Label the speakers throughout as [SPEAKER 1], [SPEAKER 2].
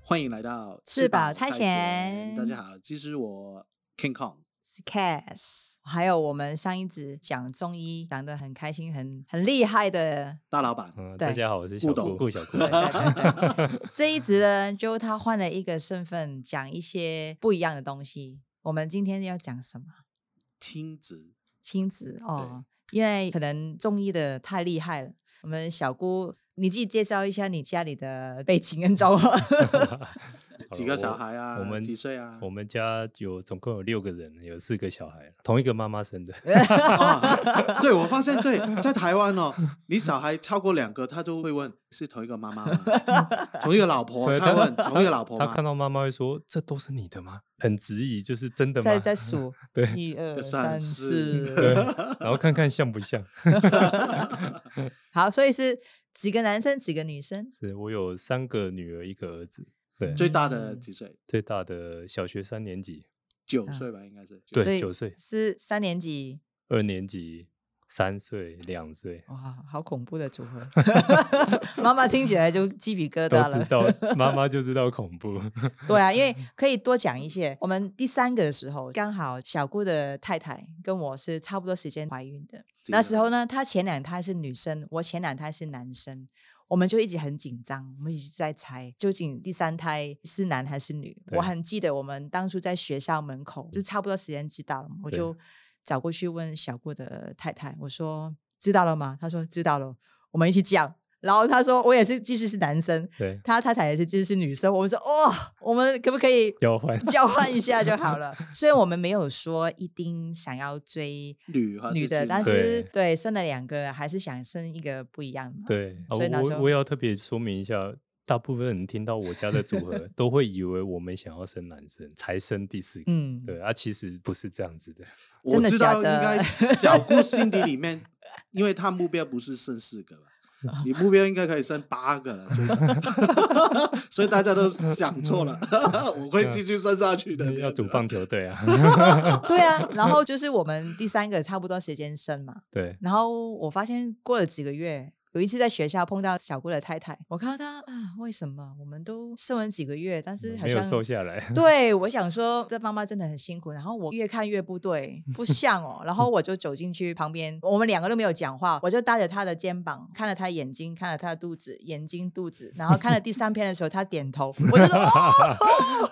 [SPEAKER 1] 欢迎来到
[SPEAKER 2] 翅膀
[SPEAKER 1] 探
[SPEAKER 2] 探
[SPEAKER 1] 险。
[SPEAKER 2] 险
[SPEAKER 1] 大家好，其实我 King Kong，
[SPEAKER 2] Scas，还有我们上一集讲中医讲的很开心、很很厉害的
[SPEAKER 1] 大老板，
[SPEAKER 3] 嗯，
[SPEAKER 2] 对
[SPEAKER 3] 大家好，我是
[SPEAKER 1] 顾
[SPEAKER 3] 小
[SPEAKER 1] 董
[SPEAKER 3] 顾顾小 顾。
[SPEAKER 2] 对对对对这一集呢，就他换了一个身份，讲一些不一样的东西。我们今天要讲什么？
[SPEAKER 1] 亲子
[SPEAKER 2] 亲子哦，因为可能中医的太厉害了。我们小姑，你自己介绍一下你家里的背景跟状况。
[SPEAKER 1] 几个小孩啊，
[SPEAKER 3] 呃我们
[SPEAKER 1] 几岁啊？
[SPEAKER 3] 我们家有总共有六个人，有四个小孩，同一个妈妈生的。
[SPEAKER 1] 啊，对，我发现对，在台湾哦，你小孩超过两个，他就会问是同一个妈妈吗？同一个老 婆，他问同一个老婆
[SPEAKER 3] 他看
[SPEAKER 1] 吗？
[SPEAKER 3] 到妈妈会说：“这都是你的吗？”很质疑，就是真的吗？
[SPEAKER 2] 再再数，
[SPEAKER 3] 对
[SPEAKER 2] 一二
[SPEAKER 1] 三
[SPEAKER 2] 三
[SPEAKER 1] 四
[SPEAKER 3] 对，
[SPEAKER 2] 四。
[SPEAKER 3] 然后看看像不像。
[SPEAKER 2] 好，所以是几个男生，几个女生？
[SPEAKER 3] 是我有三个女儿，一个儿子。对，
[SPEAKER 1] 最大的
[SPEAKER 2] 嗯
[SPEAKER 1] 几岁？
[SPEAKER 3] 最大的小学三年级，
[SPEAKER 1] 九岁吧，应该是。
[SPEAKER 3] 对
[SPEAKER 2] 所以
[SPEAKER 3] 九岁
[SPEAKER 2] 是三年级。
[SPEAKER 3] 二年级三岁，两岁。
[SPEAKER 2] 哇，好恐怖的组 合！妈妈听起来就鸡皮疙
[SPEAKER 3] 都
[SPEAKER 2] 瘩
[SPEAKER 3] 知
[SPEAKER 2] 了。
[SPEAKER 3] 道， 嗯妈妈就知道恐怖。
[SPEAKER 2] 对啊，因为可以多讲一些。我们第三个的时候，刚好小姑的太太跟我是差不多时间怀孕的。那时候呢，她前两胎是女生，我前两胎是男生，我们就一直很紧张，我们一直在猜究竟第三胎是男还是女。
[SPEAKER 3] 对嗯
[SPEAKER 2] 我很记得我们当初在学校门口，就差不多时间知道了，我
[SPEAKER 3] 对
[SPEAKER 2] 就找过去问小顾的太太，我说知道了吗？她说知道了，我们一起讲。然后她说我也是继续是男生，
[SPEAKER 3] 对，
[SPEAKER 2] 她太太也是继续是女生。我们说哦，我们可不可以
[SPEAKER 3] 交换。
[SPEAKER 2] 交换一下就好 了？虽然我们没有说一定想要追
[SPEAKER 1] 女还是
[SPEAKER 2] 女的，
[SPEAKER 1] 男
[SPEAKER 2] 但是
[SPEAKER 3] 对
[SPEAKER 2] 对生了两个，还是想生一个不一样的嘛。
[SPEAKER 3] 对，啊
[SPEAKER 2] 所以那时
[SPEAKER 3] 我
[SPEAKER 2] 候
[SPEAKER 3] 我也要特别说明一下，大部分人听到我家的 组合，都会以为我们想要生男生才生第四个。
[SPEAKER 2] 嗯，
[SPEAKER 3] 对啊，其实不是这样子的，
[SPEAKER 1] 我
[SPEAKER 2] 真的
[SPEAKER 1] 知
[SPEAKER 2] 假
[SPEAKER 1] 道应
[SPEAKER 2] 的
[SPEAKER 1] 该小顾心底里 面，因为他目标不是生四个吧，你目标应该可以生八个了，最少。所以大家都想错 了，我会继续生下去的。这
[SPEAKER 3] 要
[SPEAKER 1] 样子
[SPEAKER 3] 组棒球队啊。
[SPEAKER 2] 对啊。然后就是我们第三个差不多时间生嘛，
[SPEAKER 3] 对，
[SPEAKER 2] 然后我发现过了几个月。有一次在学校碰到小姑的太太，我看到她啊，为什么我们都生完几个月，但 是好
[SPEAKER 3] 嗯没有瘦
[SPEAKER 2] 像
[SPEAKER 3] 下来。
[SPEAKER 2] 对我想说这妈妈真的很辛苦。然后我越看越不对， 不像哦。然后我就走进去旁边，我们两个都没有讲话，我就搭着她的肩膀，看了她眼睛，看了她的肚子，眼睛肚子，然后看了第三篇的时候，她点头，我 就说哦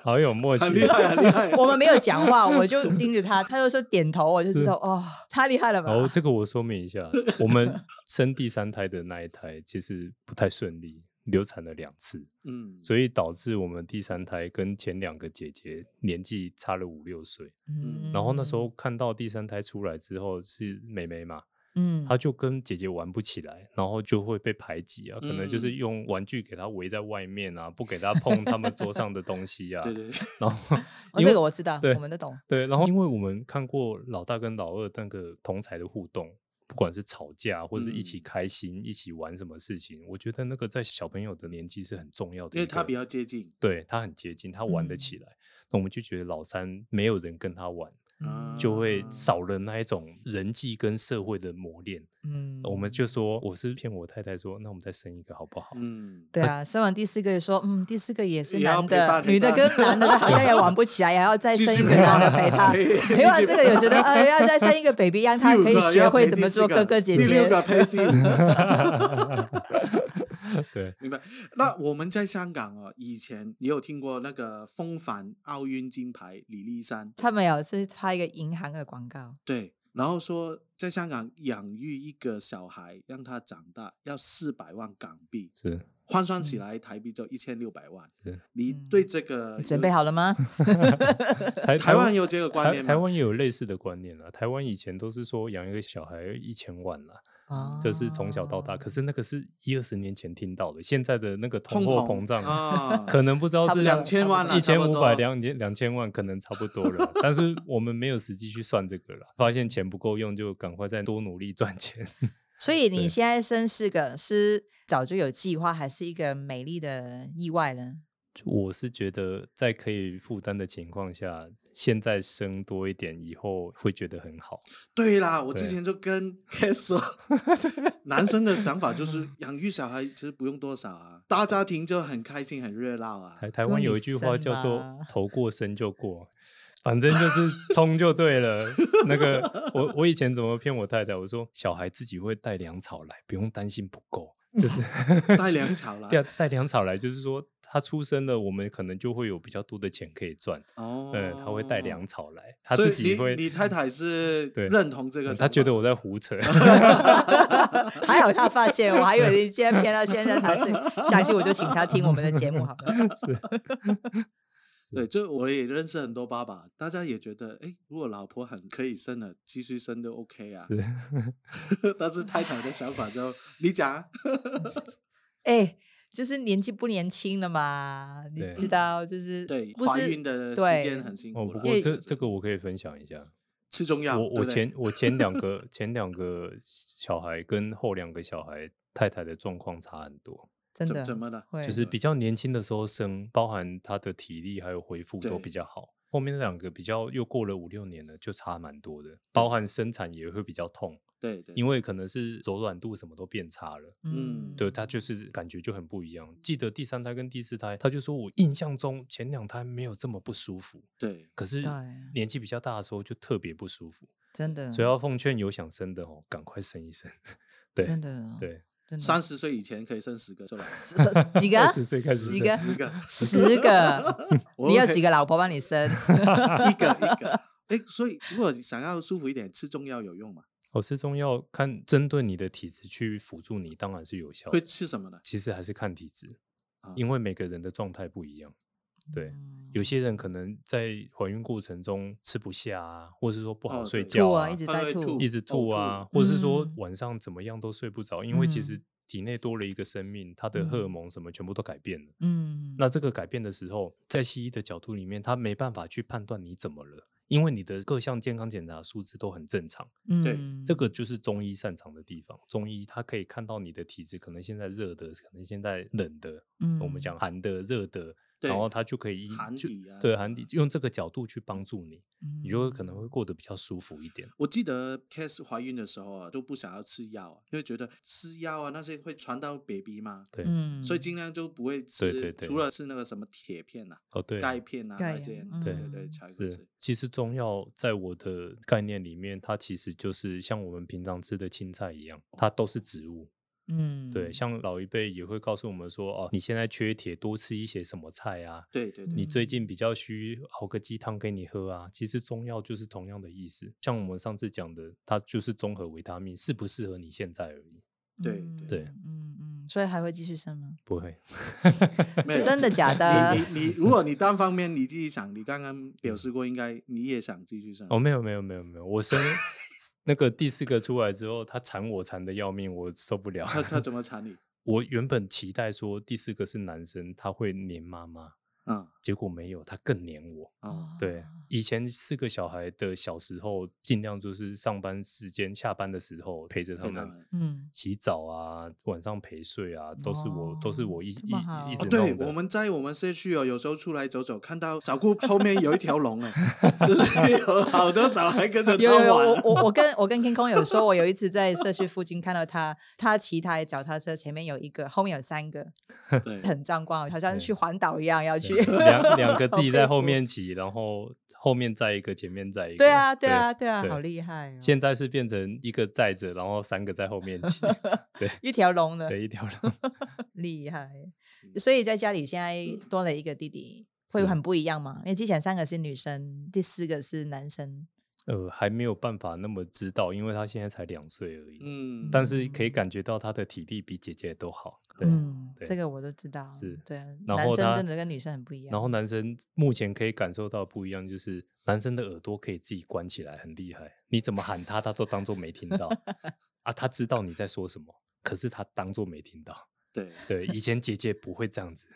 [SPEAKER 3] 好有默契啊
[SPEAKER 1] 很厉。
[SPEAKER 2] 啊
[SPEAKER 1] 害，很厉害。
[SPEAKER 2] 我们没有讲话，我就盯着他，他就说点头，我就知道哦，太厉害了吧？
[SPEAKER 3] 然后这个我说明 一下，我们生第三胎的那一胎其实不太顺利，流产了两次，
[SPEAKER 1] 嗯，
[SPEAKER 3] 所以导致我们第三胎跟前两个姐姐年纪差了五六岁。
[SPEAKER 2] 嗯
[SPEAKER 3] 然后那时候，
[SPEAKER 1] 嗯
[SPEAKER 3] 看到第三胎出来之后是妹妹嘛，
[SPEAKER 2] 嗯，
[SPEAKER 3] 她就跟姐姐玩不起来，然后就会被排挤啊，可能就
[SPEAKER 1] 嗯
[SPEAKER 3] 是用玩具给她围在外面啊，不给她碰他们桌上的东西啊
[SPEAKER 1] 对。对对，
[SPEAKER 3] 然后
[SPEAKER 2] 哦
[SPEAKER 3] 因
[SPEAKER 2] 这
[SPEAKER 3] 为
[SPEAKER 2] 个我知道，
[SPEAKER 3] 对
[SPEAKER 2] 我们都懂，
[SPEAKER 3] 对，然后因为我们看过老大跟老二那个同才的互动。不管是吵架，或者一起
[SPEAKER 1] 嗯
[SPEAKER 3] 开心、一起玩什么事情，我觉得那个在小朋友的年纪是很重要的一个，
[SPEAKER 1] 因为他比较嗯接近，
[SPEAKER 3] 对他很接近，他玩得起来。那我们就觉得老三没有人跟他玩，
[SPEAKER 2] 嗯
[SPEAKER 3] 就会少了那一种人际跟社会的磨练。
[SPEAKER 2] 嗯，
[SPEAKER 3] 我们就说我是骗我太太说，那我们再生一个好不好？
[SPEAKER 1] 嗯，
[SPEAKER 2] 对啊，生完第四个就说，嗯，第四个也是
[SPEAKER 1] 也要
[SPEAKER 2] 男
[SPEAKER 1] 陪
[SPEAKER 2] 的
[SPEAKER 1] 伴，陪
[SPEAKER 2] 女的
[SPEAKER 1] 伴
[SPEAKER 2] 跟男的好像也玩不 起来，也啊要再
[SPEAKER 1] 继
[SPEAKER 2] 生
[SPEAKER 1] 续
[SPEAKER 2] 一个
[SPEAKER 1] 陪
[SPEAKER 2] 男的
[SPEAKER 1] 伴
[SPEAKER 2] 陪 他。
[SPEAKER 1] 陪
[SPEAKER 2] 没有啊这个 有觉得，呃，要再生一个 baby，让他
[SPEAKER 1] 第五
[SPEAKER 2] 可以
[SPEAKER 1] 个
[SPEAKER 2] 学
[SPEAKER 1] 要
[SPEAKER 2] 会
[SPEAKER 1] 陪
[SPEAKER 2] 怎
[SPEAKER 1] 第
[SPEAKER 2] 么
[SPEAKER 1] 四
[SPEAKER 2] 做
[SPEAKER 1] 个
[SPEAKER 2] 哥哥姐姐。
[SPEAKER 1] 第六个配第五个。
[SPEAKER 3] 对，
[SPEAKER 1] 明白。那我们在香港哦，以前也有听过那个风帆奥运金牌李丽珊，
[SPEAKER 2] 他们有是拍一个银行的广告，
[SPEAKER 1] 对，然后说在香港养育一个小孩，让他长大要四百万港币，
[SPEAKER 3] 是
[SPEAKER 1] 换算起来台币就一千六百万
[SPEAKER 3] 是。
[SPEAKER 1] 你
[SPEAKER 2] 嗯
[SPEAKER 1] 对这个
[SPEAKER 2] 你准
[SPEAKER 1] 有
[SPEAKER 2] 备？好了吗？
[SPEAKER 3] 台
[SPEAKER 1] 台湾有这个观念
[SPEAKER 3] 台台
[SPEAKER 1] 吗？
[SPEAKER 3] 湾也有类似的观念啦。台湾以前都是说养一个小孩一千万啦，
[SPEAKER 2] 哦
[SPEAKER 3] 就是从小到大。可是那个是一二十年前听到的，现在的那个通货膨胀。
[SPEAKER 1] 啊，
[SPEAKER 3] 可能不知道
[SPEAKER 2] 差不
[SPEAKER 3] 是
[SPEAKER 2] 多
[SPEAKER 3] 两
[SPEAKER 1] 2000万啦
[SPEAKER 3] 一
[SPEAKER 1] 差
[SPEAKER 3] 千
[SPEAKER 1] 不
[SPEAKER 3] 五
[SPEAKER 1] 多
[SPEAKER 3] 百两千两千万，可能差不多了。但是我们没有实际去算这个了，发现钱不够用，就赶快再多努力赚钱。
[SPEAKER 2] 所以你
[SPEAKER 3] 对
[SPEAKER 2] 现在生四个是早就有计划，还是一个美丽的意外呢？
[SPEAKER 3] 我是觉得在可以负担的情况下，现在生多一点，以后会觉得很好。
[SPEAKER 1] 对啦，我之
[SPEAKER 3] 对
[SPEAKER 1] 前就跟 K 说，男生的想 法就是
[SPEAKER 3] 嗯
[SPEAKER 1] 养育小孩其实不用多少啊，大家庭就很开心很热闹啊。
[SPEAKER 3] 台台
[SPEAKER 2] 不
[SPEAKER 3] 湾
[SPEAKER 2] 用
[SPEAKER 3] 有
[SPEAKER 2] 你
[SPEAKER 3] 一句话
[SPEAKER 2] 生
[SPEAKER 3] 叫做
[SPEAKER 2] 吧
[SPEAKER 3] “头过身就过”，反正就是冲就对了。那个我我以前怎么骗我太太？我说小孩自己会带粮草来，不用担心不够，就是
[SPEAKER 1] 带粮草啦
[SPEAKER 3] 对啊，带粮草来，就是说他出生了，我们可能就会有比较多的钱可以赚。
[SPEAKER 1] 哦，
[SPEAKER 3] 嗯，他会带粮草来，他
[SPEAKER 1] 所以
[SPEAKER 3] 自己会
[SPEAKER 1] 你。你太太是
[SPEAKER 3] 对
[SPEAKER 1] 认同这个
[SPEAKER 3] 嗯
[SPEAKER 1] 想法，
[SPEAKER 3] 他觉得我在胡扯，
[SPEAKER 2] 还好他发现，我还以为你今天骗到现在才是，下一期我就请他听我们的节目好了。
[SPEAKER 1] 对，就我也认识很多爸爸，大家也觉得，哎，如果老婆很可以生了，继续生都 OK 啊。
[SPEAKER 3] 是
[SPEAKER 1] 但是太太的想法就，你讲啊，
[SPEAKER 2] 哎，就是年纪不年轻了嘛，你
[SPEAKER 3] 对
[SPEAKER 2] 知道，就是
[SPEAKER 1] 对，
[SPEAKER 2] 不
[SPEAKER 1] 怀
[SPEAKER 2] 是
[SPEAKER 1] 孕的时
[SPEAKER 2] 对
[SPEAKER 1] 间很辛
[SPEAKER 3] 哦。
[SPEAKER 1] 苦
[SPEAKER 3] 不
[SPEAKER 1] 了，
[SPEAKER 3] 过这这个我可以分享一下，
[SPEAKER 1] 吃中药，
[SPEAKER 3] 我
[SPEAKER 1] 对
[SPEAKER 3] 我
[SPEAKER 1] 不对
[SPEAKER 3] 前我 前两个前两个小孩跟后两个小孩太太的状况差很多，
[SPEAKER 2] 真
[SPEAKER 1] 怎
[SPEAKER 2] 的
[SPEAKER 1] 怎么了？
[SPEAKER 2] 会
[SPEAKER 3] 就是比较年轻的时候生，包含他的体力还有恢复都
[SPEAKER 1] 对
[SPEAKER 3] 比较好。后面那两个比较又过了五六年了，就差蛮多的，包含生产也会比较痛，
[SPEAKER 1] 对对，
[SPEAKER 3] 因为可能是柔软度什么都变差了。
[SPEAKER 1] 嗯
[SPEAKER 3] 对他就是感觉就很不一样。记得第三胎跟第四胎，他就说我印象中前两胎没有这么不舒服，
[SPEAKER 1] 对
[SPEAKER 3] 可是
[SPEAKER 2] 对
[SPEAKER 3] 年纪比较大的时候就特别不舒服。
[SPEAKER 2] 真的，
[SPEAKER 3] 所以要奉劝有想生的哦，赶快生一生。 对
[SPEAKER 2] 真的哦
[SPEAKER 3] 对，
[SPEAKER 2] 真的
[SPEAKER 1] 三十岁以前可以生十个就来，
[SPEAKER 2] 嗯十十几 个啊
[SPEAKER 3] 20岁开始
[SPEAKER 2] 几
[SPEAKER 3] 生
[SPEAKER 2] 个
[SPEAKER 1] 十个，
[SPEAKER 2] 十个，
[SPEAKER 1] 我
[SPEAKER 2] 你要
[SPEAKER 1] 可以
[SPEAKER 2] 几个老婆帮你生？
[SPEAKER 1] 一个一个。哎，所以如果想要舒服一点，吃中药有用吗？
[SPEAKER 3] 我吃中药看针对你的体质去辅助你，当然是有效
[SPEAKER 1] 会
[SPEAKER 3] 的。
[SPEAKER 1] 吃什么呢？
[SPEAKER 3] 其实还是看体质
[SPEAKER 1] 啊，
[SPEAKER 3] 因为每个人的状态不一样。 对，
[SPEAKER 2] 嗯
[SPEAKER 3] 有些人可能在怀孕过程中吃不下啊，或者是说不好
[SPEAKER 1] 哦
[SPEAKER 3] 睡
[SPEAKER 1] 对
[SPEAKER 3] 觉
[SPEAKER 2] 吐
[SPEAKER 3] 啊，
[SPEAKER 2] 啊，一直
[SPEAKER 1] 他
[SPEAKER 2] 在
[SPEAKER 1] 会
[SPEAKER 2] 吐
[SPEAKER 1] 吐
[SPEAKER 3] 一直
[SPEAKER 1] 呕
[SPEAKER 3] 吐啊，
[SPEAKER 1] 吐
[SPEAKER 3] 或是说
[SPEAKER 2] 嗯
[SPEAKER 3] 晚上怎么样都睡不着，因为其实
[SPEAKER 2] 嗯
[SPEAKER 3] 体内多了一个生命，它的荷尔蒙什么全部都改变了。
[SPEAKER 2] 嗯，
[SPEAKER 3] 那这个改变的时候，在西医的角度里面，他没办法去判断你怎么了，因为你的各项健康检查数字都很正常。
[SPEAKER 1] 对
[SPEAKER 2] 嗯
[SPEAKER 3] 这个就是中医擅长的地方，中医它可以看到你的体质，可能现在热的，可能现在冷的，我
[SPEAKER 2] 嗯
[SPEAKER 3] 们讲寒的、热的，
[SPEAKER 1] 对
[SPEAKER 3] 然后它就可以依
[SPEAKER 1] 寒
[SPEAKER 3] 就
[SPEAKER 1] 底啊
[SPEAKER 3] 对寒底用这个角度去帮助你，你就会可能
[SPEAKER 2] 嗯
[SPEAKER 3] 会过得比较舒服一点。
[SPEAKER 1] 我记得 Cass 怀孕的时候啊，都不想要吃药啊，因为觉得吃药啊那些会传到 baby 嘛，
[SPEAKER 3] 对，
[SPEAKER 2] 嗯，
[SPEAKER 1] 所以尽量就不会吃，
[SPEAKER 3] 对对对
[SPEAKER 1] 除了吃那个什么铁片啊、
[SPEAKER 3] 哦对，
[SPEAKER 1] 钙片啊
[SPEAKER 2] 钙
[SPEAKER 1] 那些，
[SPEAKER 2] 啊
[SPEAKER 1] 对
[SPEAKER 3] 嗯
[SPEAKER 1] 对对，才会
[SPEAKER 3] 是
[SPEAKER 1] 吃。，
[SPEAKER 3] 其实中药在我的概念里面，它其实就是像我们平常吃的青菜一样，它都是植物。
[SPEAKER 2] 嗯
[SPEAKER 3] 对，像老一辈也会告诉我们说，哦，你现在缺铁，多吃一些什么菜啊，
[SPEAKER 1] 对对对，
[SPEAKER 3] 你最
[SPEAKER 2] 嗯
[SPEAKER 3] 近比较虚，熬个鸡汤给你喝啊。其实中药就是同样的意思，像我们上次讲的，它就是综合维他命，适不适合你现在而已。
[SPEAKER 1] 对
[SPEAKER 2] 嗯
[SPEAKER 3] 对
[SPEAKER 2] 嗯嗯，所以还会继续生吗？
[SPEAKER 3] 不会，
[SPEAKER 1] 没有
[SPEAKER 2] 真的假的
[SPEAKER 1] 你？你你，如果你单方面你自己想，你刚刚表示过，应该你也想继续生
[SPEAKER 3] 哦，没有没有没有没有，我 生那个第四个出来之后，他缠我缠的要命，我受不了。
[SPEAKER 1] 他他怎么缠你
[SPEAKER 3] 我原本期待说第四个是男生，他会黏妈妈，
[SPEAKER 1] 啊？
[SPEAKER 3] 结果没有，他更黏我。
[SPEAKER 2] 哦
[SPEAKER 1] 啊，
[SPEAKER 3] 对，以前四个小孩的小时候，尽量就是上班时间、下班的时候陪着他
[SPEAKER 1] 陪他
[SPEAKER 3] 们
[SPEAKER 1] 们
[SPEAKER 2] 嗯，
[SPEAKER 3] 洗澡啊，晚上陪睡啊，都是我，都是
[SPEAKER 2] 哦
[SPEAKER 3] 我一
[SPEAKER 2] 这么好
[SPEAKER 3] 一一
[SPEAKER 1] 哦
[SPEAKER 3] 直，
[SPEAKER 1] 对
[SPEAKER 3] 弄，的。
[SPEAKER 1] 我们在我们社区哦，有时候出来走走，看到小姑后面有一条龙 哎，就是有好多小孩跟着
[SPEAKER 2] 有有
[SPEAKER 1] 他
[SPEAKER 2] 有，
[SPEAKER 1] 玩
[SPEAKER 2] 我
[SPEAKER 1] 啊。
[SPEAKER 2] 我我跟我跟 King Kong 有说，我有一次在社区附近看到他，他骑台脚踏车，前面有一个，后面有三个，
[SPEAKER 1] 对，
[SPEAKER 2] 很壮观，好像
[SPEAKER 3] 对
[SPEAKER 2] 去环岛一样要去。
[SPEAKER 3] 两 两个
[SPEAKER 2] 好
[SPEAKER 3] 自己在
[SPEAKER 2] 佩
[SPEAKER 3] 后
[SPEAKER 2] 服
[SPEAKER 1] 哦
[SPEAKER 3] 面骑，然后后面再一个，前面再一个。
[SPEAKER 2] 对啊，对啊，对啊，
[SPEAKER 3] 对
[SPEAKER 2] 好厉害哦！
[SPEAKER 3] 现在是变成一个载着，然后三个在后面骑，
[SPEAKER 2] 一条龙呢，
[SPEAKER 3] 对，一条龙。
[SPEAKER 2] 厉害。所以在家里现在多了一个弟弟，会
[SPEAKER 3] 是
[SPEAKER 2] 很不一样嘛？因为之前三个是女生，第四个是男生。
[SPEAKER 3] 呃，还没有办法那么知道，因为他现在才两岁而已。
[SPEAKER 1] 嗯，
[SPEAKER 3] 但是可以
[SPEAKER 2] 嗯
[SPEAKER 3] 感觉到他的体力比姐姐都好。对，啊
[SPEAKER 2] 嗯，
[SPEAKER 3] 对
[SPEAKER 2] 这个我都知道。
[SPEAKER 3] 是
[SPEAKER 2] 对啊，
[SPEAKER 3] 然
[SPEAKER 2] 男
[SPEAKER 3] 后
[SPEAKER 2] 生
[SPEAKER 3] 他
[SPEAKER 2] 真的跟女生很不一样。
[SPEAKER 3] 然后男生目前可以感受到不一样，就是男生的耳朵可以自己关起来，很厉害。你怎么喊他，他都当做没听到啊，他知道你在说什么，可是他当做没听到。
[SPEAKER 1] 对，
[SPEAKER 3] 对，以前姐姐不会这样子，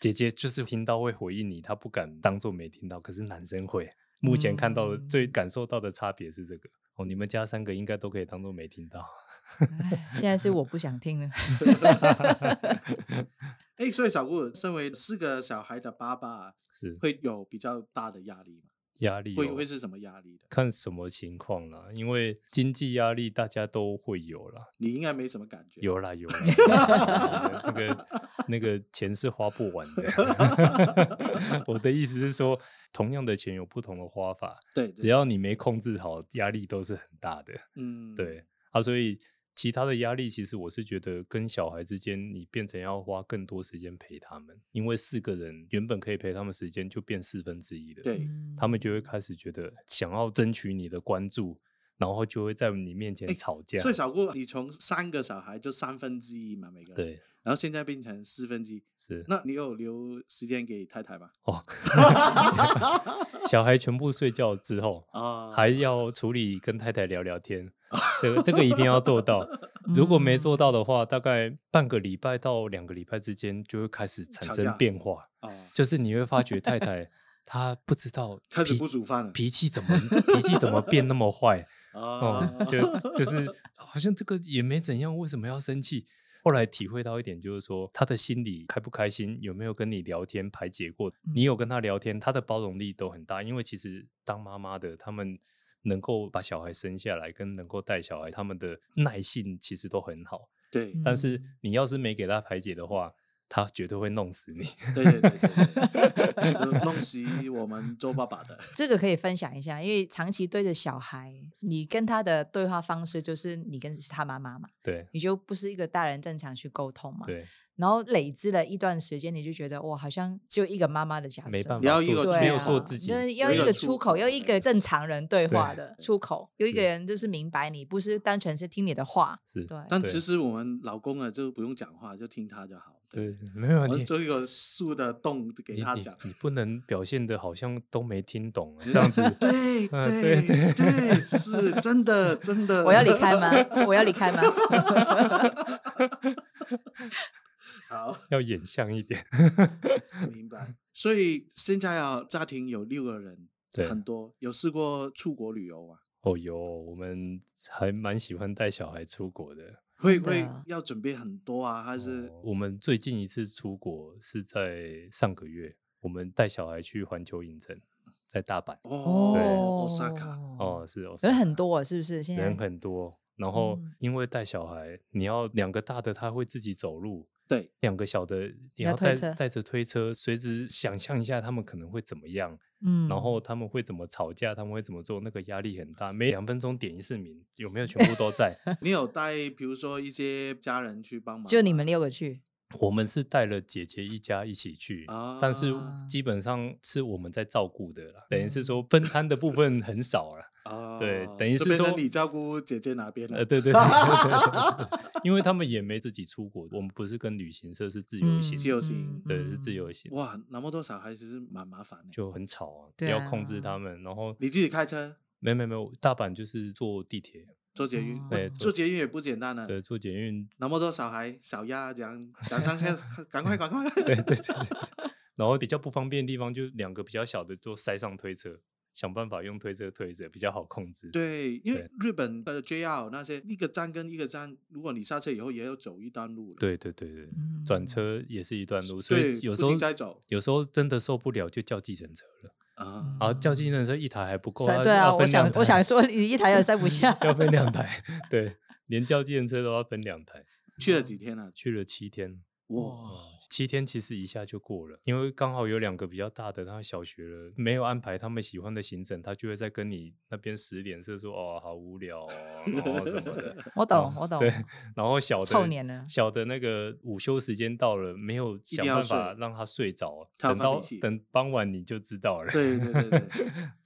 [SPEAKER 3] 姐姐就是听到会回应你，她不敢当做没听到，可是男生会。目前看到的、最
[SPEAKER 2] 嗯
[SPEAKER 3] 感受到的差别是这个哦，你们家三个应该都可以当做没听到。
[SPEAKER 2] 唉现在是我不想听了。
[SPEAKER 1] 哎，所以小顾身为四个小孩的爸爸，
[SPEAKER 3] 是
[SPEAKER 1] 会有比较大的压力嘛？
[SPEAKER 3] 压力、哦、
[SPEAKER 1] 会会是什么压力的？
[SPEAKER 3] 看什么情况啦，因为经济压力大家都会有啦，
[SPEAKER 1] 你应该没什么感觉。
[SPEAKER 3] 有啦有啦，有啦 那个那个钱是花不完的。 我的意思是说，同样的钱有不同的花法，
[SPEAKER 1] 对，对
[SPEAKER 3] 只要你没控制好，压力都是很大的。
[SPEAKER 1] 嗯，
[SPEAKER 3] 对啊，所以其他的压力，其实我是觉得跟小孩之间，你变成要花更多时间陪他们，因为四个人原本可以陪他们时间就变四分之一了。
[SPEAKER 1] 对，
[SPEAKER 3] 他们就会开始觉得想要争取你的关注，然后就会在你面前
[SPEAKER 1] 诶
[SPEAKER 3] 吵架。
[SPEAKER 1] 最少过你从三个小孩就三分之一嘛，每个人。。
[SPEAKER 3] 对，
[SPEAKER 1] 然后现在变成四分之一，
[SPEAKER 3] 是
[SPEAKER 1] 那你有留时间给太太吗？
[SPEAKER 3] 哦，小孩全部睡觉之后，
[SPEAKER 1] 啊，
[SPEAKER 3] 还要处理跟太太聊聊 天，这个这个一定要做到。
[SPEAKER 2] 嗯
[SPEAKER 3] 如果
[SPEAKER 1] 嗯
[SPEAKER 3] 没做到的话，大概半个礼拜到两个礼拜之间就会开始产
[SPEAKER 1] 嗯吵
[SPEAKER 3] 生
[SPEAKER 1] 架
[SPEAKER 3] 变化，
[SPEAKER 1] 啊，
[SPEAKER 3] 就是你会发觉 太太她不知道
[SPEAKER 1] 开始
[SPEAKER 3] 脾
[SPEAKER 1] 不煮饭了
[SPEAKER 3] 脾气 怎么脾气怎么变那么坏哦、
[SPEAKER 1] 啊，
[SPEAKER 3] 就就是好像这个也没怎样，为什么要生气？后来体会到一点，就是说她的心里开不开心，有没有跟你聊天排解过？你有跟她聊天，她的包容力都很大。因为其实当妈妈的，他们能够把小孩生下来，跟能够带小孩，他们的耐性其实都很好。
[SPEAKER 1] 对
[SPEAKER 3] 但是
[SPEAKER 2] 嗯
[SPEAKER 3] 你要是没给她排解的话，她绝对会弄死你。
[SPEAKER 1] 对对对对对， 就弄死我们周爸爸的。
[SPEAKER 2] 这个可以分享一下，因为长期对着小孩，你跟他的对话方式就是你跟他妈妈嘛，
[SPEAKER 3] 对
[SPEAKER 2] 你就不是一个大人正常去沟通嘛。
[SPEAKER 3] 对，
[SPEAKER 2] 然后累积了一段时间，你就觉得哇，好像只有一个妈妈的角色，
[SPEAKER 3] 没办法做，
[SPEAKER 1] 你要一个
[SPEAKER 2] 对啊，
[SPEAKER 3] 没有做自己，
[SPEAKER 2] 那要
[SPEAKER 1] 有
[SPEAKER 2] 一
[SPEAKER 1] 一
[SPEAKER 2] 个
[SPEAKER 1] 个
[SPEAKER 2] 出
[SPEAKER 1] 出
[SPEAKER 2] 口，
[SPEAKER 1] 口
[SPEAKER 2] 要一个正常人对话的
[SPEAKER 1] 对
[SPEAKER 2] 出口，有一个人就是明白你，不是单纯是听你的话，
[SPEAKER 3] 是
[SPEAKER 2] 对，
[SPEAKER 1] 但
[SPEAKER 3] 对
[SPEAKER 1] 其实我们老公啊，就不用讲话，就听他就好。
[SPEAKER 3] 对，没有
[SPEAKER 1] 我
[SPEAKER 3] 你
[SPEAKER 1] 们做一个竖的洞给
[SPEAKER 3] 你
[SPEAKER 1] 他
[SPEAKER 3] 你
[SPEAKER 1] 讲。
[SPEAKER 3] 你不能表现的好像都没听 懂啊，这样子
[SPEAKER 1] 对
[SPEAKER 3] 嗯
[SPEAKER 1] 对
[SPEAKER 3] 对
[SPEAKER 1] 对，是真的真的。
[SPEAKER 2] 我要离开吗？我要离 开吗？
[SPEAKER 1] 好，
[SPEAKER 3] 要演像一点。
[SPEAKER 1] 明白。所以现在啊，家庭有六个人，
[SPEAKER 3] 对
[SPEAKER 1] 很多有试过出国旅游啊吗？
[SPEAKER 3] 哦哟，我们还蛮喜欢带小孩出国的。
[SPEAKER 1] 会
[SPEAKER 2] 真的
[SPEAKER 1] 会
[SPEAKER 2] 啊
[SPEAKER 1] 要准备很多啊，还是
[SPEAKER 3] 哦我们最近一次出国是在上个月，我们带小孩去环球影城，在大阪。
[SPEAKER 1] 哦，萨卡，
[SPEAKER 3] 哦，，是哦，
[SPEAKER 2] 人很多，啊是不是？现在
[SPEAKER 3] 人很多。然后
[SPEAKER 2] 嗯
[SPEAKER 3] 因为带小孩，你要两个大的他会自己走路，
[SPEAKER 1] 对，
[SPEAKER 3] 两个小的你
[SPEAKER 2] 要
[SPEAKER 3] 要
[SPEAKER 2] 推
[SPEAKER 3] 带
[SPEAKER 2] 车
[SPEAKER 3] 带着推车，随时想象一下他们可能会怎么样。
[SPEAKER 2] 嗯，
[SPEAKER 3] 然后他们会怎么吵架，他们会怎么做，那个压力很大。每两分钟点一次名，有没有全部都 在？
[SPEAKER 1] 你有带比如说一些家人去帮忙吗？
[SPEAKER 2] 就你们六个去，
[SPEAKER 3] 我们是带了姐姐一家一起去，但是
[SPEAKER 1] 啊
[SPEAKER 3] 基本上是我们在照顾的啦，等于是
[SPEAKER 2] 嗯
[SPEAKER 3] 说分摊的部分很少啦。
[SPEAKER 1] 啊，
[SPEAKER 3] 对等于
[SPEAKER 1] 就是变成
[SPEAKER 3] 说
[SPEAKER 1] 你照顾姐姐哪边了
[SPEAKER 2] 嗯
[SPEAKER 3] 呃，？对对对 对，对因为他们也没自己出国，我们不是跟旅行社是自由行，
[SPEAKER 1] 自由行
[SPEAKER 3] 对，是自
[SPEAKER 2] 嗯。
[SPEAKER 3] 由行，
[SPEAKER 1] 哇，那么多小孩其实蛮麻烦的。
[SPEAKER 3] 就很吵啊，
[SPEAKER 2] 对
[SPEAKER 3] 要控制
[SPEAKER 2] 啊
[SPEAKER 3] 他们。然后
[SPEAKER 1] 你自己开车
[SPEAKER 3] 没没没有，大阪就是坐地铁，
[SPEAKER 1] 坐捷运，
[SPEAKER 2] 对
[SPEAKER 1] 哇坐捷运也不简
[SPEAKER 2] 嗯
[SPEAKER 1] 单啊。
[SPEAKER 3] 对，坐捷运
[SPEAKER 1] 那么多小孩、小鸭这 样，赶上车，赶快赶快！
[SPEAKER 3] 对对对对对，然后比较不方便的地方就两个比较小的都塞上推车，想办法用推车推着比较好控制。
[SPEAKER 1] 对，因为
[SPEAKER 3] 对
[SPEAKER 1] 日本的 JR 那些一个站跟一个站，如果你下车以后也要走一段路了。
[SPEAKER 3] 对对对对
[SPEAKER 2] 嗯
[SPEAKER 3] 转车也是一段路，所
[SPEAKER 1] 对，
[SPEAKER 3] 以有
[SPEAKER 1] 不
[SPEAKER 3] 时候
[SPEAKER 1] 停在走
[SPEAKER 3] 有时候真的受不了就叫计程车了，
[SPEAKER 1] 啊，
[SPEAKER 3] 然后叫计程车一台还不够，
[SPEAKER 2] 哦塞
[SPEAKER 3] 它
[SPEAKER 2] 对啊，
[SPEAKER 3] 要
[SPEAKER 2] 我
[SPEAKER 3] 哦分
[SPEAKER 2] 想
[SPEAKER 3] 两
[SPEAKER 2] 我想
[SPEAKER 3] 台
[SPEAKER 2] 说，你一台也塞不
[SPEAKER 3] 。
[SPEAKER 2] 下
[SPEAKER 3] 要分两台，对，连叫计程车都要分两台，
[SPEAKER 1] 去了几天了？
[SPEAKER 3] 去了七天。
[SPEAKER 1] 哇，
[SPEAKER 3] 哦七天其实一下就过了，因为刚好有两个比较大的，他小学了，没有安排他们喜欢的行程，他就会在跟你那边使脸色说哦，好无聊哦，然后什么 的。
[SPEAKER 2] 我懂，我
[SPEAKER 3] 然后
[SPEAKER 2] 懂。
[SPEAKER 3] 哦对，然后小的
[SPEAKER 2] 臭年了
[SPEAKER 3] 小的那个午休时间到了，没有
[SPEAKER 1] 定
[SPEAKER 3] 想
[SPEAKER 1] 要
[SPEAKER 3] 办法
[SPEAKER 1] 睡
[SPEAKER 3] 让他睡着，啊
[SPEAKER 1] 他
[SPEAKER 3] 等
[SPEAKER 1] 发脾
[SPEAKER 3] 到
[SPEAKER 1] 气
[SPEAKER 3] 等傍晚你就知道了。
[SPEAKER 1] 对对对对， 哦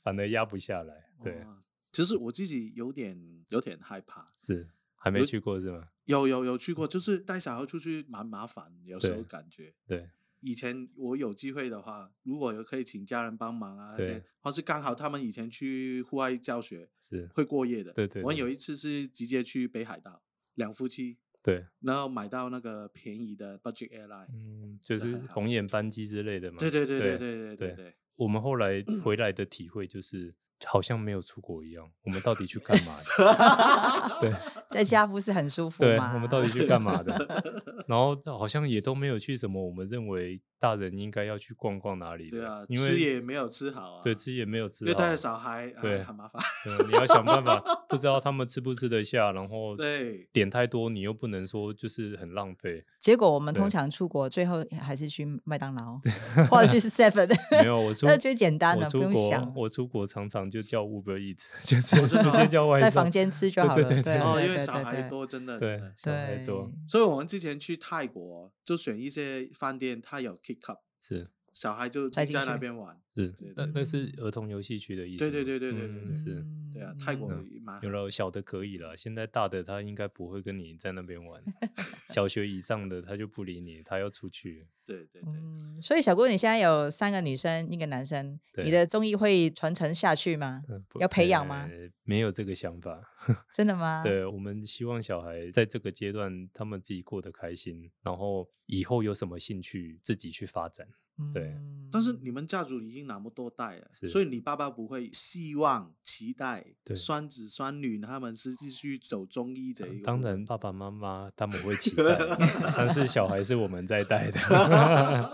[SPEAKER 3] 反而压不下来。对，
[SPEAKER 1] 哇。其实我自己有点有点害怕，
[SPEAKER 3] 是还没
[SPEAKER 1] 有
[SPEAKER 3] 去过是吗？
[SPEAKER 1] 有有有去过，就是带小孩出去蛮麻烦，有时候
[SPEAKER 3] 对
[SPEAKER 1] 感觉。
[SPEAKER 3] 对，
[SPEAKER 1] 以前我有机会的话，如果有可以请家人帮忙啊，
[SPEAKER 3] 对
[SPEAKER 1] 而且或是刚好他们以前去户外教学
[SPEAKER 3] 是，
[SPEAKER 1] 会过夜的。
[SPEAKER 3] 对对
[SPEAKER 1] 我们
[SPEAKER 3] 对
[SPEAKER 1] 有一次是直接去北海道，两夫妻，
[SPEAKER 3] 对，
[SPEAKER 1] 然后买到那个便宜的 budget airline。
[SPEAKER 3] 嗯，就
[SPEAKER 1] 这
[SPEAKER 3] 是
[SPEAKER 1] 很好
[SPEAKER 3] 红眼班机之类的嘛。
[SPEAKER 1] 对对对对对
[SPEAKER 3] 对
[SPEAKER 1] 对
[SPEAKER 3] 对
[SPEAKER 1] 对对，
[SPEAKER 3] 我们后来回来的体会就是，好像没有出国一样，我们到底去干嘛的？对
[SPEAKER 2] 在家不是很舒服
[SPEAKER 3] 对，
[SPEAKER 2] 吗？
[SPEAKER 3] 我们到底去干嘛的？然后好像也都没有去什么我们认为大人应该要去逛逛哪里的，
[SPEAKER 1] 对啊，
[SPEAKER 3] 因
[SPEAKER 1] 吃
[SPEAKER 3] 为
[SPEAKER 1] 也没有吃好啊，
[SPEAKER 3] 对，吃也没有吃
[SPEAKER 1] 又
[SPEAKER 3] 好，啊
[SPEAKER 1] 带着小孩，哎
[SPEAKER 3] 对
[SPEAKER 1] 很麻 烦。
[SPEAKER 3] 嗯，你要想办法，不知道他们吃不吃得下，然后
[SPEAKER 1] 对
[SPEAKER 3] 点太多，你又不能说就是很浪费。
[SPEAKER 2] 结果我们
[SPEAKER 3] 对
[SPEAKER 2] 通常出国，最后还是去麦当劳或者去 Seven，
[SPEAKER 3] 没有，我出
[SPEAKER 2] 那最简单
[SPEAKER 3] 我
[SPEAKER 2] 了，不
[SPEAKER 3] 出
[SPEAKER 2] 用
[SPEAKER 3] 国
[SPEAKER 2] 想，
[SPEAKER 3] 我出国常常就叫 Uber Eat，就是 直接叫外
[SPEAKER 2] 在
[SPEAKER 3] 送，
[SPEAKER 2] 房间吃就
[SPEAKER 3] 对
[SPEAKER 2] 好
[SPEAKER 3] 对
[SPEAKER 2] 了。
[SPEAKER 3] 啊对对
[SPEAKER 1] 哦，
[SPEAKER 2] 对
[SPEAKER 1] 因为
[SPEAKER 2] 对
[SPEAKER 1] 小孩
[SPEAKER 2] 对
[SPEAKER 1] 多，真的
[SPEAKER 3] 对
[SPEAKER 1] 真的，
[SPEAKER 3] 小孩
[SPEAKER 2] 对
[SPEAKER 3] 多
[SPEAKER 1] 所以我们之前去泰国就选一些饭店，它有 kick up，
[SPEAKER 3] 是
[SPEAKER 1] 小孩就
[SPEAKER 2] 塞
[SPEAKER 1] 在
[SPEAKER 2] 进去
[SPEAKER 1] 那边玩。
[SPEAKER 3] 是
[SPEAKER 1] 对，
[SPEAKER 3] 那
[SPEAKER 1] 对
[SPEAKER 3] 那是儿童游戏区的意思
[SPEAKER 1] 对
[SPEAKER 3] 吗。
[SPEAKER 1] 对对对对对
[SPEAKER 3] 嗯
[SPEAKER 1] 对
[SPEAKER 3] 是。
[SPEAKER 1] 对啊，泰国
[SPEAKER 3] 嗯
[SPEAKER 1] 蛮
[SPEAKER 3] 有了小的可以了，现在大的他应该不会跟你在那 边玩，小学以上的他就不理你，他要出去。
[SPEAKER 1] 对对对，
[SPEAKER 2] 嗯，所以小姑，你现在有三个女生，一个男生，
[SPEAKER 3] 对
[SPEAKER 2] 你的综艺会传承下去吗？
[SPEAKER 3] 嗯不
[SPEAKER 2] 要培养吗
[SPEAKER 3] 呃没有这个想法。
[SPEAKER 2] 真的
[SPEAKER 1] 啊
[SPEAKER 2] 吗？
[SPEAKER 3] 对，我们希望小孩在这个阶段，他们自己过得开心，然后以后有什么兴趣自己去发展。对
[SPEAKER 2] 嗯
[SPEAKER 1] 但是你们家族已经那么多代了，
[SPEAKER 3] 是
[SPEAKER 1] 所以你爸爸不会希望期待
[SPEAKER 3] 对
[SPEAKER 1] 双子双女他们是继续走中医这一个
[SPEAKER 3] 当
[SPEAKER 1] 路。
[SPEAKER 3] 然，爸爸妈妈他们会期待，但是小孩是我们在带的，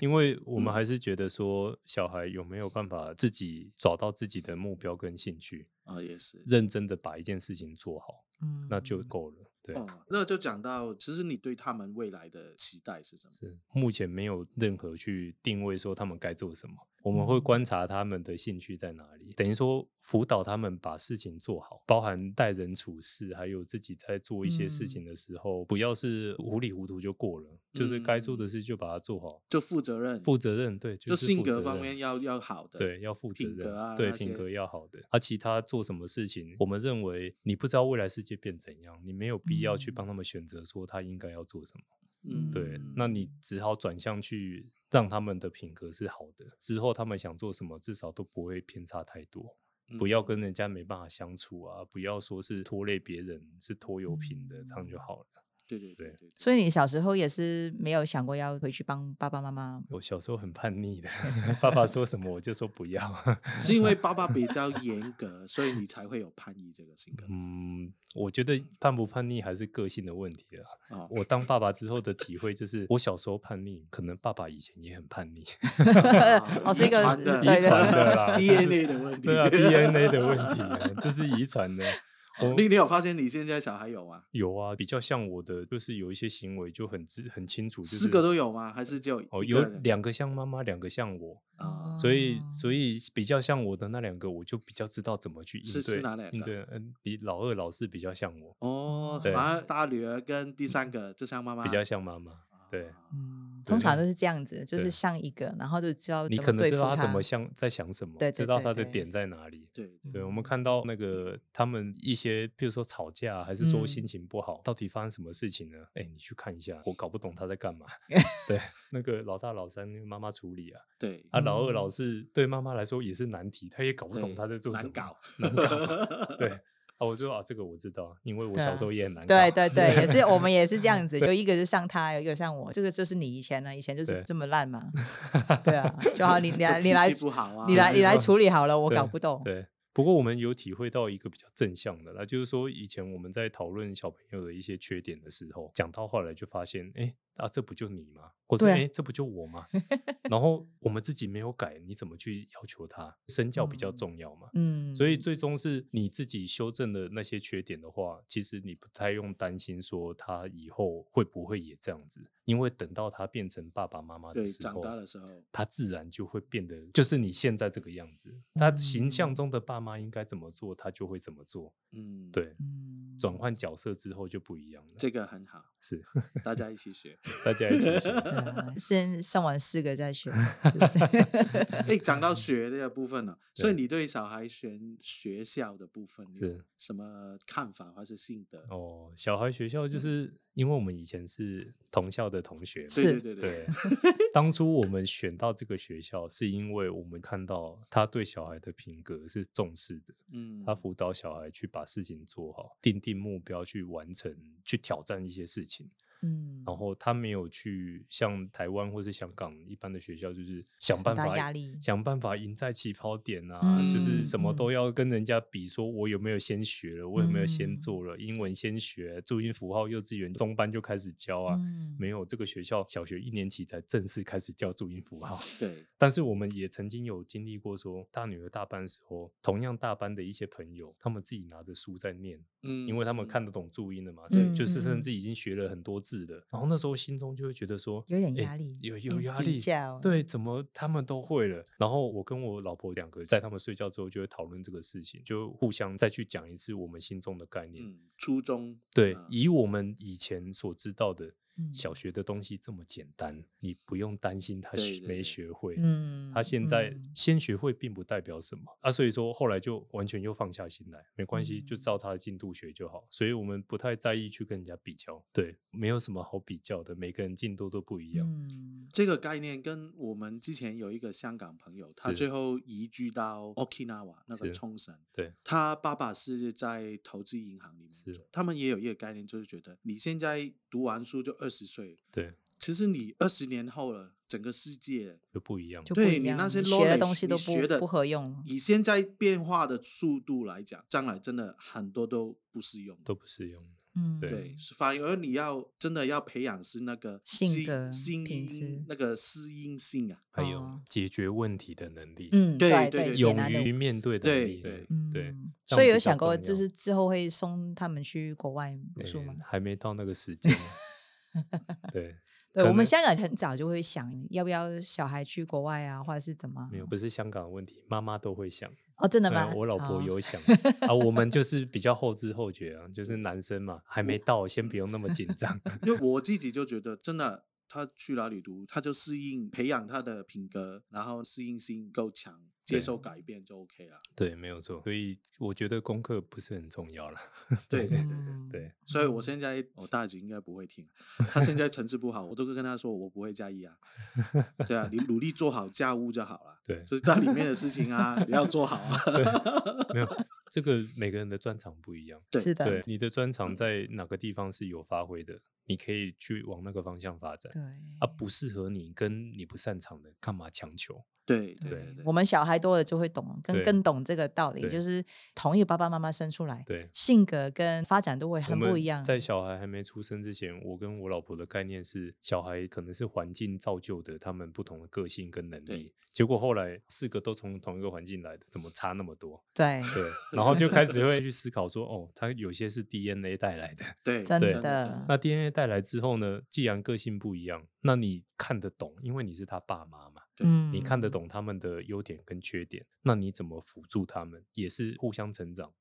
[SPEAKER 3] 因为我们还是觉得说，小孩有没有办法自己找到自己的目标跟兴趣，
[SPEAKER 1] 啊、也是。
[SPEAKER 3] 认真的把一件事情做好，
[SPEAKER 2] 嗯
[SPEAKER 3] 那就够了。对，
[SPEAKER 1] 哦，那就讲到，其实你对他们未来的期待是什么？
[SPEAKER 3] 是目前没有任何去定位说他们该做什么，我们会
[SPEAKER 2] 嗯
[SPEAKER 3] 观察他们的兴趣在哪里，等于说辅导他们把事情做好，包含待人处事，还有自己在做一些
[SPEAKER 1] 嗯
[SPEAKER 3] 事情的时候，不要是糊里糊涂就过了，就是该做的事就把它做好，
[SPEAKER 1] 嗯就负责任，
[SPEAKER 3] 负责任，对，
[SPEAKER 1] 就是性
[SPEAKER 3] 负责
[SPEAKER 1] 格方
[SPEAKER 3] 任
[SPEAKER 1] 面要要好的，
[SPEAKER 3] 对，要负责
[SPEAKER 1] 品
[SPEAKER 3] 任，
[SPEAKER 1] 格啊
[SPEAKER 3] 对
[SPEAKER 1] 那
[SPEAKER 3] 品
[SPEAKER 1] 些
[SPEAKER 3] 格要好的。啊，其他做什么事情，我们认为你不知道未来世界变怎样，你没有必要去
[SPEAKER 2] 嗯
[SPEAKER 3] 帮他们选择说他应该要做什么。
[SPEAKER 1] 嗯，
[SPEAKER 3] 对，那你只好转向去让他们的品格是好的，之后他们想做什么，至少都不会偏差太多。不要跟人家没办法相处啊，不要说是拖累别人，是拖油瓶的，这样就好了。
[SPEAKER 1] 对对对对，
[SPEAKER 3] 对
[SPEAKER 2] 所以你小时候也是没有想过要回去帮爸爸妈 妈，
[SPEAKER 3] 我小时候很叛逆的， 爸爸说什么我就说不要。
[SPEAKER 1] 是因为爸爸比较严格，所以你才会有叛逆这个性格。
[SPEAKER 3] 嗯，我觉得叛不叛逆还是个性的问题啦。
[SPEAKER 1] 哦，
[SPEAKER 3] 我当爸爸之后的体会就是，我小时候叛逆，可能爸爸以前也很叛逆，
[SPEAKER 2] 哦是一
[SPEAKER 1] 遗
[SPEAKER 2] 个
[SPEAKER 1] 传的，
[SPEAKER 2] 对
[SPEAKER 3] 遗传 的啦
[SPEAKER 1] DNA 的问题。
[SPEAKER 3] 对啊，DNA 的问题啊，这是遗传的。我
[SPEAKER 1] 你你有发现你现在小孩有吗？
[SPEAKER 3] 有啊，比较像我的，就是有一些行为就很知很清楚，就
[SPEAKER 1] 四
[SPEAKER 3] 是
[SPEAKER 1] 个都有吗？还是只有一
[SPEAKER 3] 哦，
[SPEAKER 1] 个
[SPEAKER 3] 有
[SPEAKER 1] 人
[SPEAKER 3] 两个像妈妈，两个像我，
[SPEAKER 1] 啊？
[SPEAKER 3] 所以
[SPEAKER 2] 哦
[SPEAKER 3] 所以比较像我的那两个，我就比较知道怎么去应
[SPEAKER 1] 是
[SPEAKER 3] 对。
[SPEAKER 1] 是哪两
[SPEAKER 3] 应
[SPEAKER 1] 个
[SPEAKER 3] 对，嗯，比老二老四比较像我，
[SPEAKER 1] 哦，
[SPEAKER 3] 对
[SPEAKER 1] 反而大女儿跟第三个就像妈哦妈
[SPEAKER 3] 比较像妈妈。对，
[SPEAKER 2] 嗯，
[SPEAKER 3] 对
[SPEAKER 2] 通常
[SPEAKER 3] 那
[SPEAKER 2] 都是这样子，就是
[SPEAKER 3] 对
[SPEAKER 2] 像一个，然后就知道
[SPEAKER 3] 你
[SPEAKER 2] 怎
[SPEAKER 3] 可
[SPEAKER 2] 么
[SPEAKER 3] 能
[SPEAKER 2] 对
[SPEAKER 3] 知
[SPEAKER 2] 付
[SPEAKER 3] 道他
[SPEAKER 2] 他
[SPEAKER 3] 怎么想，在想什么，
[SPEAKER 2] 对对
[SPEAKER 3] 知道
[SPEAKER 2] 对
[SPEAKER 3] 他的
[SPEAKER 2] 对
[SPEAKER 3] 点在哪里。
[SPEAKER 1] 对，对
[SPEAKER 3] 对，我
[SPEAKER 2] 嗯
[SPEAKER 3] 们看到那个他们一些，譬如说吵架啊，还是说心
[SPEAKER 2] 嗯
[SPEAKER 3] 情不好，到底发生什么事情呢？哎，你去看一下，我搞不懂他在 干嘛。对，那个老大、老三妈妈处理啊，
[SPEAKER 1] 对
[SPEAKER 3] 啊，老二、老
[SPEAKER 2] 嗯
[SPEAKER 3] 四对妈妈来说也是难题，她也搞不懂
[SPEAKER 1] 对
[SPEAKER 3] 她在做什
[SPEAKER 1] 难
[SPEAKER 3] 么，
[SPEAKER 1] 搞
[SPEAKER 3] 难 搞。对，啊，我就说啊，这个我知道，因为我
[SPEAKER 2] 对
[SPEAKER 3] 小
[SPEAKER 2] 啊
[SPEAKER 3] 时候也很难搞。
[SPEAKER 2] 对对对，也是我们也是这样子，有一个就像他，有一个像我，这个就是你以前呢，以前就是
[SPEAKER 3] 对
[SPEAKER 2] 这么烂 嘛，对啊，就好你你来
[SPEAKER 1] 就
[SPEAKER 2] 你来
[SPEAKER 1] 脾气不好啊
[SPEAKER 2] 你来你来
[SPEAKER 3] 对
[SPEAKER 2] 处理好了，我
[SPEAKER 3] 对
[SPEAKER 2] 搞不懂，
[SPEAKER 3] 对，不过我们有体会到一个比较正向的啦，就是说以前我们在讨论小朋友的一些缺点的时候，讲到后来就发现，哎，啊，这不就你吗？或者
[SPEAKER 2] 对啊
[SPEAKER 3] 哎，这不就我 吗？然后我们自己没有改，你怎么去要求他？身教比较
[SPEAKER 2] 嗯
[SPEAKER 3] 重要嘛。
[SPEAKER 2] 嗯，
[SPEAKER 3] 所以最终是你自己修正的那些缺点的话，其实你不太用担心说他以后会不会也这样子，因为等到他变成爸爸妈妈
[SPEAKER 1] 对，
[SPEAKER 3] 的时
[SPEAKER 1] 长
[SPEAKER 3] 候，
[SPEAKER 1] 大的时候，
[SPEAKER 3] 他自然就会变得就是你现在这个样子。他形象
[SPEAKER 2] 嗯
[SPEAKER 3] 中的爸妈应该怎么做，他就会怎么做。
[SPEAKER 1] 嗯，，
[SPEAKER 3] 对，
[SPEAKER 2] 嗯
[SPEAKER 3] 转换角色之后就不一样了。
[SPEAKER 1] 这个很好，
[SPEAKER 3] 是
[SPEAKER 1] 大家一起学。
[SPEAKER 3] 大家一起学。
[SPEAKER 2] 对啊先上完四个再学，是 不是？
[SPEAKER 1] 哎，讲到学这个部分了，所以
[SPEAKER 3] 对
[SPEAKER 1] 你对小孩选学校的部分有
[SPEAKER 3] 是
[SPEAKER 1] 什么看法或是心得？
[SPEAKER 3] 哦，小孩学
[SPEAKER 1] 嗯
[SPEAKER 3] 校就是因为我们以前是同校的同学嘛，
[SPEAKER 2] 是
[SPEAKER 1] 对对对
[SPEAKER 3] 对， 当初我们选到这个学校，是因为我们看到他对小孩的品格是重视的，
[SPEAKER 1] 嗯，
[SPEAKER 3] 他辅 导小孩去把事情做好，定定目标去完成，去挑战一些事情。
[SPEAKER 2] 嗯，
[SPEAKER 3] 然后他没有去像台湾或是香港一般的学校，就是想办
[SPEAKER 2] 大
[SPEAKER 3] 法
[SPEAKER 2] 压力
[SPEAKER 3] 想办法赢在起跑点啊，
[SPEAKER 2] 嗯
[SPEAKER 3] 就是什么
[SPEAKER 2] 嗯
[SPEAKER 3] 都要跟人家比，说我有没有先学了，我有没有先
[SPEAKER 2] 嗯
[SPEAKER 3] 做了，英文先学，注音符号幼稚园中班就开始教啊。
[SPEAKER 2] 嗯
[SPEAKER 3] 没有，这个学校小学一年级才正式开始教注音符号。
[SPEAKER 1] 对，
[SPEAKER 3] 但是我们也曾经有经历过说，大女儿大班的时候，同样大班的一些朋友，他们自己拿着书在念，
[SPEAKER 1] 嗯，
[SPEAKER 3] 因为他们看得懂注音了嘛，
[SPEAKER 2] 嗯
[SPEAKER 3] 是就是
[SPEAKER 2] 嗯
[SPEAKER 3] 甚
[SPEAKER 2] 嗯
[SPEAKER 3] 至已经学了很多字了。然后那时候心中就会觉得说，
[SPEAKER 2] 有点
[SPEAKER 3] 诶
[SPEAKER 2] 压力
[SPEAKER 3] 有
[SPEAKER 2] 有
[SPEAKER 3] 有压
[SPEAKER 2] 比
[SPEAKER 3] 力
[SPEAKER 2] 较，
[SPEAKER 3] 对，怎么他们都会了？然后我跟我老婆两个在他们睡觉之后就会讨论这个事情，就互相再去讲一次我们心中的概念。
[SPEAKER 1] 嗯，初中
[SPEAKER 3] 对
[SPEAKER 1] 啊，
[SPEAKER 3] 以我们以前所知道的
[SPEAKER 2] 嗯
[SPEAKER 3] 小学的东西这么简单，你不用担心他
[SPEAKER 1] 对
[SPEAKER 3] 学
[SPEAKER 1] 对对
[SPEAKER 3] 没学会。
[SPEAKER 2] 嗯
[SPEAKER 3] 他现在
[SPEAKER 2] 嗯
[SPEAKER 3] 先学会并不代表什么啊，所以说后来就完全又放下心来，没关系，
[SPEAKER 2] 嗯
[SPEAKER 3] 就照他的进度学就好。所以我们不太在意去跟人家比较，对，没有什么好比较的，每个人进度都不一样。
[SPEAKER 2] 嗯
[SPEAKER 1] 这个概念跟我们之前有一个香港朋友，他
[SPEAKER 3] 是
[SPEAKER 1] 最后移居到 Okinawa 那个
[SPEAKER 3] 是
[SPEAKER 1] 冲绳，
[SPEAKER 3] 对，
[SPEAKER 1] 他爸爸是在投资银行里面
[SPEAKER 3] 是
[SPEAKER 1] 做，他们也有一个概念，就是觉得你现在读完书就二十岁，
[SPEAKER 3] 对，
[SPEAKER 1] 其实你二十年后了，整个世界
[SPEAKER 3] 就不一样。
[SPEAKER 2] 就不
[SPEAKER 1] 对
[SPEAKER 2] 一
[SPEAKER 1] 你
[SPEAKER 2] 样
[SPEAKER 1] 那些
[SPEAKER 2] 你学的
[SPEAKER 1] knowledge，
[SPEAKER 2] 东西
[SPEAKER 1] 你
[SPEAKER 2] 都
[SPEAKER 1] 学
[SPEAKER 2] 不
[SPEAKER 1] 的
[SPEAKER 2] 不合用了。
[SPEAKER 1] 以现在变化的速度来讲，将来真的很多都不适用。
[SPEAKER 3] 都不适用。
[SPEAKER 2] 嗯，
[SPEAKER 3] 对
[SPEAKER 1] 对，是反而你要真的要培养是那个
[SPEAKER 2] 性
[SPEAKER 1] 适
[SPEAKER 2] 格
[SPEAKER 1] 适
[SPEAKER 2] 品质
[SPEAKER 1] 应那个适应性啊，
[SPEAKER 3] 还有
[SPEAKER 2] 哦
[SPEAKER 3] 解决问题的能力，，
[SPEAKER 2] 嗯，
[SPEAKER 1] 对
[SPEAKER 2] 对
[SPEAKER 1] 对对
[SPEAKER 2] 解
[SPEAKER 3] 勇
[SPEAKER 2] 难
[SPEAKER 3] 于
[SPEAKER 2] 的，
[SPEAKER 3] 面对的
[SPEAKER 1] 对
[SPEAKER 3] 能力，
[SPEAKER 1] 对
[SPEAKER 3] 嗯对，
[SPEAKER 2] 嗯
[SPEAKER 3] 这
[SPEAKER 2] 所以
[SPEAKER 3] 样
[SPEAKER 2] 有
[SPEAKER 3] 比
[SPEAKER 2] 想
[SPEAKER 3] 较
[SPEAKER 2] 过，
[SPEAKER 3] 重
[SPEAKER 2] 就
[SPEAKER 3] 要
[SPEAKER 2] 是之后会送他们去国外读书
[SPEAKER 3] 诶
[SPEAKER 2] 吗？
[SPEAKER 3] 还没到那个时间，对，
[SPEAKER 2] 对
[SPEAKER 3] 可
[SPEAKER 2] 我们
[SPEAKER 3] 能
[SPEAKER 2] 香港很早就会想要不要小孩去国外啊，或者是怎么啊？
[SPEAKER 3] 没有不是香港的问题，妈妈都会想。
[SPEAKER 2] 哦，真的
[SPEAKER 3] 哎
[SPEAKER 2] 吗？
[SPEAKER 3] 我老婆
[SPEAKER 2] 哦
[SPEAKER 3] 有想啊，我 们就是比较后知后觉啊，就是男生嘛，还
[SPEAKER 2] 嗯
[SPEAKER 3] 没到，先不用那么紧 张。
[SPEAKER 1] 因为我自己就觉得，真的，他去哪里读，他就适应培养他的品格，然后适应性够强，接
[SPEAKER 3] 对
[SPEAKER 1] 受改变就 OK 了。
[SPEAKER 3] 对，没有错。所以我觉得功课不是很重要了。
[SPEAKER 1] 对对对对。
[SPEAKER 2] 嗯
[SPEAKER 3] 对，
[SPEAKER 1] 所以我现在，我大姐应该不会听，啊她现在成绩不好，我都跟她说我不会在 意啊。对啊，你努力做好家务就好了。
[SPEAKER 3] 对
[SPEAKER 1] 就是家里面的事情啊，你要做好啊。
[SPEAKER 3] 没有这个每个人的专长不一样。
[SPEAKER 1] 对
[SPEAKER 2] 是的，
[SPEAKER 3] 对，你的专长在哪个地方是有发挥的，你可以去往那个方向发展。
[SPEAKER 2] 对
[SPEAKER 3] 啊，不适合你跟你不擅长的，干嘛强求？
[SPEAKER 1] 对对
[SPEAKER 2] 对
[SPEAKER 1] 对对
[SPEAKER 2] 我们小孩多了就会懂，更
[SPEAKER 3] 对
[SPEAKER 2] 更懂这个道理，
[SPEAKER 3] 对
[SPEAKER 2] 就是同一个爸爸妈妈生出来，
[SPEAKER 3] 对，
[SPEAKER 2] 性格跟发展都会
[SPEAKER 3] 我
[SPEAKER 2] 很不
[SPEAKER 3] 们
[SPEAKER 2] 一样。
[SPEAKER 3] 在小孩还没出生之前，我跟我老婆的概念是，小孩可能是环境造就的他们不同的个性跟能
[SPEAKER 1] 对
[SPEAKER 3] 力。结果后来四个都从同一个环境来的，怎么差那么多？
[SPEAKER 2] 对，
[SPEAKER 3] 对，然后就开始会去思考说，哦，他有些是 DNA 带 来的。
[SPEAKER 1] 对，
[SPEAKER 2] 真
[SPEAKER 3] 对
[SPEAKER 2] 的，
[SPEAKER 3] 那 DNA 带来之后呢，既然个性不一样，那你看得懂，因为你是他爸妈嘛，
[SPEAKER 2] 嗯
[SPEAKER 3] 你看得，懂他们的优点跟缺点，那你怎么辅助他们，也是互相成长。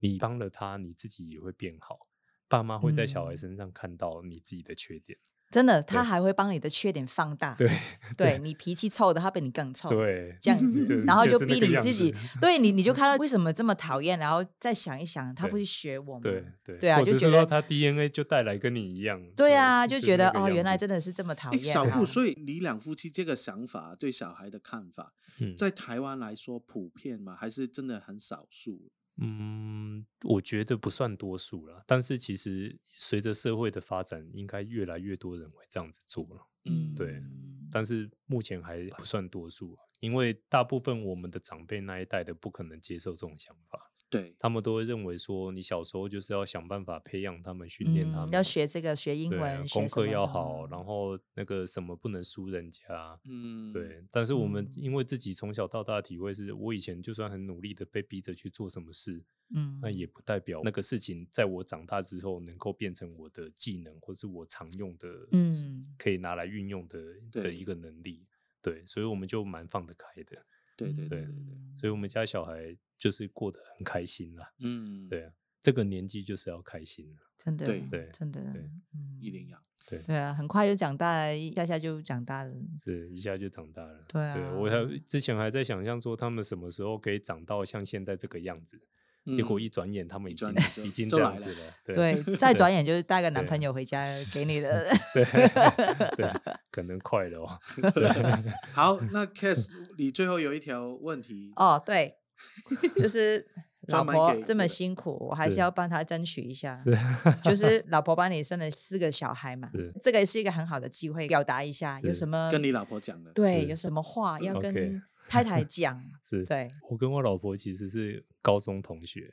[SPEAKER 3] 你帮了他，你自己也会变好。爸妈会在小孩
[SPEAKER 2] 嗯
[SPEAKER 3] 身上看到你自己的缺点，
[SPEAKER 2] 真的，他还会帮你的缺点放大。
[SPEAKER 3] 对
[SPEAKER 2] 对你脾气臭的，他比你更臭。。
[SPEAKER 3] 对，
[SPEAKER 2] 这样子
[SPEAKER 3] 对，
[SPEAKER 2] 然后
[SPEAKER 3] 就
[SPEAKER 2] 就是
[SPEAKER 3] 那
[SPEAKER 2] 逼
[SPEAKER 3] 个
[SPEAKER 2] 你
[SPEAKER 3] 样
[SPEAKER 2] 自己
[SPEAKER 3] 子，嗯
[SPEAKER 2] 对你，你就看到为什么这么讨厌，然后再想一想，他
[SPEAKER 3] 对
[SPEAKER 2] 不去学我们，
[SPEAKER 3] 对对
[SPEAKER 2] 对啊
[SPEAKER 3] 或
[SPEAKER 2] 就
[SPEAKER 3] 者
[SPEAKER 2] 觉
[SPEAKER 3] 是
[SPEAKER 2] 得
[SPEAKER 3] 说他 DNA 就带来跟你一样，
[SPEAKER 2] 对啊，就觉
[SPEAKER 3] 是
[SPEAKER 2] 得
[SPEAKER 3] 那个
[SPEAKER 2] 哦，原
[SPEAKER 3] 样
[SPEAKER 2] 来
[SPEAKER 3] 子
[SPEAKER 2] 真的是这么讨
[SPEAKER 1] 诶
[SPEAKER 2] 厌。
[SPEAKER 1] 哎
[SPEAKER 2] 啊
[SPEAKER 1] 小
[SPEAKER 2] 哈
[SPEAKER 1] 布，所以你两夫妻这个想法对小孩的看法，
[SPEAKER 3] 嗯
[SPEAKER 1] 在台湾来说普遍吗？还是真的很少数？
[SPEAKER 3] 嗯，我觉得不算多数了，但是其实随着社会的发展，应该越来越多人会这样子做了。
[SPEAKER 1] 嗯
[SPEAKER 3] 对但是目前还不算多数，啊因为大部分我们的长辈那一代的不可能接受这种想法，
[SPEAKER 1] 对
[SPEAKER 3] 他们都会认为说，你小时候就是要想办法培养他们、训练他
[SPEAKER 2] 嗯，
[SPEAKER 3] 们，
[SPEAKER 2] 要学这个，学英
[SPEAKER 3] 对啊
[SPEAKER 2] 文，学
[SPEAKER 3] 功
[SPEAKER 2] 什
[SPEAKER 3] 课
[SPEAKER 2] 么
[SPEAKER 3] 要
[SPEAKER 2] 什么
[SPEAKER 3] 好，然后那个什么不能输人家，
[SPEAKER 1] 嗯，
[SPEAKER 3] 对，但是我们
[SPEAKER 2] 嗯
[SPEAKER 3] 因为自己从小到大的体会是，我以前就算很努力的被逼着去做什么事，
[SPEAKER 2] 嗯，
[SPEAKER 3] 那也不代表那个事情在我长大之后能够变成我的技能，或是我常用的，
[SPEAKER 2] 嗯
[SPEAKER 3] 可以拿来运用的的
[SPEAKER 1] 对
[SPEAKER 3] 一个能力。对，所以我们就蛮放得开的，
[SPEAKER 1] 对对对
[SPEAKER 3] 对
[SPEAKER 1] 对，
[SPEAKER 2] 嗯
[SPEAKER 3] 所以我们家小孩就是过得很开心啦。
[SPEAKER 1] 嗯，
[SPEAKER 3] 对，啊，这个年纪就是要开心啦。
[SPEAKER 2] 真的，
[SPEAKER 1] 对
[SPEAKER 3] 对
[SPEAKER 2] 真的，
[SPEAKER 3] 对
[SPEAKER 2] 嗯
[SPEAKER 1] 一定要。
[SPEAKER 3] 对，
[SPEAKER 2] 对啊，很快就长大了，一下下就长大了。
[SPEAKER 3] 是一下就长大了。
[SPEAKER 2] 对
[SPEAKER 3] 我还
[SPEAKER 2] 啊
[SPEAKER 3] 之前还在想象说他们什么时候可以长到像现在这个样子，结
[SPEAKER 1] 嗯
[SPEAKER 3] 果一转眼他们
[SPEAKER 1] 一
[SPEAKER 3] 已经
[SPEAKER 1] 转眼就
[SPEAKER 3] 已经
[SPEAKER 1] 就
[SPEAKER 3] 这样
[SPEAKER 1] 来
[SPEAKER 3] 子
[SPEAKER 1] 了
[SPEAKER 3] 了。
[SPEAKER 2] 对，再转眼就是带个男
[SPEAKER 3] 对
[SPEAKER 2] 朋友回家给你了。
[SPEAKER 3] 对对， 可能快了哦。
[SPEAKER 1] 好，那 Cass，你最后有一条问题，
[SPEAKER 2] 哦 哦，对，就是老
[SPEAKER 1] 专门
[SPEAKER 2] 婆
[SPEAKER 1] 给
[SPEAKER 2] 这么辛苦，我还是
[SPEAKER 3] 是
[SPEAKER 2] 要帮她争取一下。
[SPEAKER 3] 是
[SPEAKER 2] 就是老婆帮你生了四个小孩嘛
[SPEAKER 3] 是，
[SPEAKER 2] 这个是一个很好的机会，表达一下有
[SPEAKER 3] 是
[SPEAKER 2] 什么
[SPEAKER 1] 跟你老婆讲的，
[SPEAKER 2] 对
[SPEAKER 3] 是
[SPEAKER 2] 有什么话要
[SPEAKER 3] OK
[SPEAKER 2] 跟太太讲，
[SPEAKER 3] 是，
[SPEAKER 2] 对，
[SPEAKER 3] 我跟我老婆其实是高中同学，